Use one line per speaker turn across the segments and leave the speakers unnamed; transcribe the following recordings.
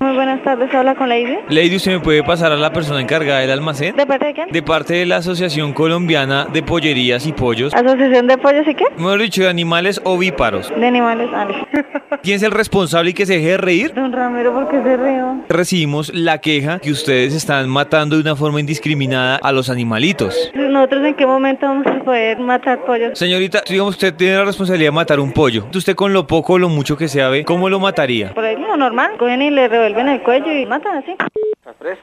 Muy buenas tardes, habla con Lady.
Lady, ¿usted me puede pasar a la persona encargada del almacén?
¿De parte de quién?
De parte de la Asociación Colombiana de Pollerías y Pollos,
¿Asociación de Pollos y qué?
mejor dicho, de animales ovíparos.
De animales, ah, listo.
¿Quién es el responsable y que se deje de reír?
Don Ramiro, ¿por qué se rió?
Recibimos la queja que ustedes están matando de una forma indiscriminada a los animalitos.
¿Nosotros en qué momento vamos a poder matar pollos?
Señorita, digamos, usted tiene la responsabilidad de matar un pollo. Usted con lo poco o lo mucho que sabe, ¿cómo lo mataría?
Por ahí lo normal, cogen y le revuelven el cuello y matan así.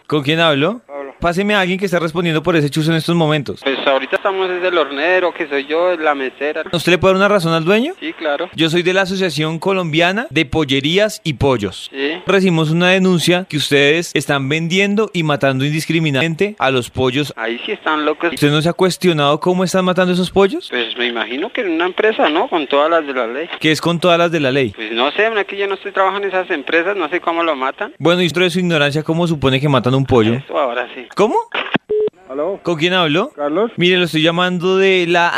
¿Con quién hablo? Páseme a alguien que está respondiendo por ese chuzo en estos momentos.
Pues ahorita estamos desde el hornero, que soy yo, la mesera.
¿Usted le puede dar una razón al dueño?
Sí, claro.
Yo soy de la Asociación Colombiana de Pollerías y Pollos.
Sí.
Recibimos una denuncia que ustedes están vendiendo y matando indiscriminadamente a los pollos.
Ahí sí están locos.
¿Usted no se ha cuestionado cómo están matando esos pollos?
Pues me imagino que en una empresa, ¿no? Con todas las de la ley.
Que es con todas las de la ley.
Pues no sé, bueno, aquí yo no estoy trabajando en esas empresas, no sé cómo lo matan.
Bueno, y dentro de su ignorancia, ¿cómo supone que matan un pollo?
Eso ahora sí.
¿Cómo?
¿Aló?
¿Con quién habló?
¿Carlos?
Mire, lo estoy llamando de la...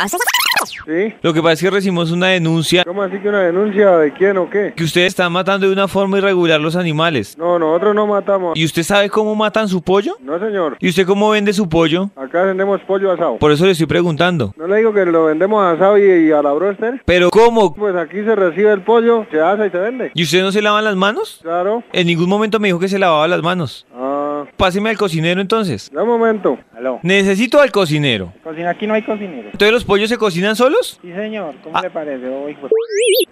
¿Sí?
Lo que pasa es que recibimos una denuncia
¿Cómo así que una denuncia de quién o qué?
que ustedes están matando de una forma irregular los animales.
No, nosotros no matamos.
¿Y usted sabe cómo matan su pollo?
No, señor.
¿Y usted cómo vende su pollo?
Acá vendemos pollo asado.
Por eso le estoy preguntando.
No le digo que lo vendemos asado y, y a la broster.
Pero ¿cómo?
Pues aquí se recibe el pollo, se hace y se vende.
¿Y usted no se lavan las manos?
Claro.
En ningún momento me dijo que se lavaba las manos.
Ah,
Páseme al cocinero entonces.
ya un momento.
Aló.
Necesito al cocinero.
Cocina, aquí no hay cocinero.
¿Entonces los pollos se cocinan solos?
Sí, señor. ¿Cómo
Ah.
le parece? Oh, hijo de-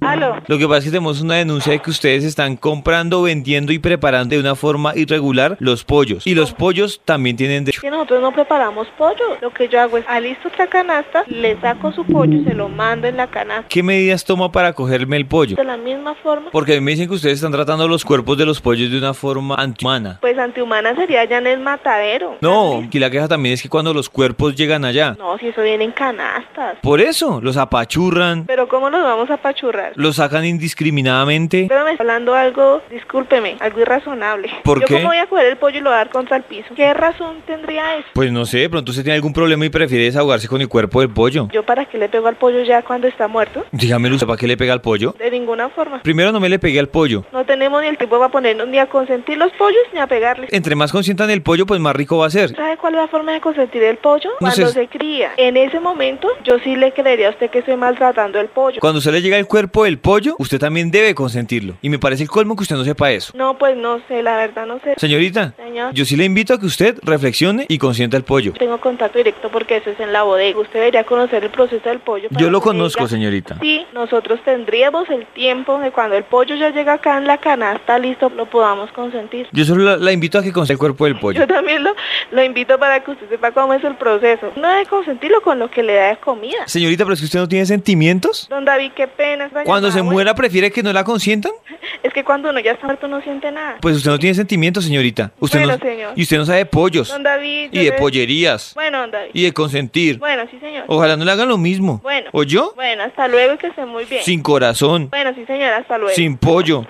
¿Aló?
Lo que pasa es que tenemos una denuncia de que ustedes están comprando, vendiendo y preparando de una forma irregular los pollos. Y los pollos también tienen derecho.
Que nosotros no preparamos pollo. Lo que yo hago es alisto otra canasta, le saco su pollo y se lo mando en la canasta.
¿Qué medidas toma para cogerme el pollo?
De la misma forma,
Porque a mí me dicen que ustedes están tratando los cuerpos de los pollos de una forma antihumana.
pues antihumana sería ya en el matadero.
No, y la queja también es que cuando los cuerpos llegan allá,
No, si eso viene en canastas.
por eso los apachurran,
Pero ¿cómo los vamos a pachurrar?
los sacan indiscriminadamente.
Pero me está hablando algo, discúlpeme, algo irrazonable.
¿Por
¿Yo
qué?
cómo voy a coger el pollo y lo voy a dar contra el piso? ¿Qué razón tendría eso?
Pues no sé, de pronto usted tiene algún problema y prefiere desahogarse con el cuerpo del pollo.
¿Yo para qué le pego al pollo ya cuando está muerto?
Dígamelo usted, ¿para qué le pega al pollo?
De ninguna forma.
Primero no me le pegué al pollo.
No tenemos ni el tiempo para ponernos ni a consentir los pollos ni a pegarles.
Entre más consientan el pollo, pues más rico va a ser.
¿Sabe cuál es la forma de consentir el pollo?
No sé.
Cuando se cría. En ese momento, yo sí le creería a usted que estoy maltratando el pollo.
Cuando usted le llega el cuerpo del pollo, usted también debe consentirlo. Y me parece el colmo que usted no sepa eso.
No, pues no sé, la verdad no sé.
Señorita,
Señor.
yo sí le invito a que usted reflexione y consienta el pollo.
Tengo contacto directo porque eso es en la bodega. Usted debería conocer el proceso del pollo. para
Yo lo
que me
conozco,
diga
señorita.
Sí, nosotros tendríamos el tiempo de cuando el pollo ya llega acá en la canasta, listo, lo podamos consentir.
Yo solo la, la invito a que consienta el cuerpo del pollo.
Yo también lo, lo invito para que usted sepa cómo es el proceso. No debe consentirlo con lo que le da de comida.
Señorita, pero es que usted no tiene sentimientos.
Don David, qué pena. esta
Cuando se
llamada,
muera, prefiere que no la consientan.
bueno, Es que cuando uno ya está muerto no siente nada.
Pues usted no tiene sentimientos, señorita. Usted
Bueno,
no,
señor.
Y usted no sabe de pollos.
Don David. yo
Pues, Y de
le-
pollerías.
Bueno, don David.
Y Oh. de consentir.
Bueno, sí, señor.
Ojalá no le hagan lo mismo.
Bueno.
¿O yo?
Bueno, hasta luego y que esté muy bien.
Sin corazón.
Bueno, sí, señor, hasta luego.
Sin pollo.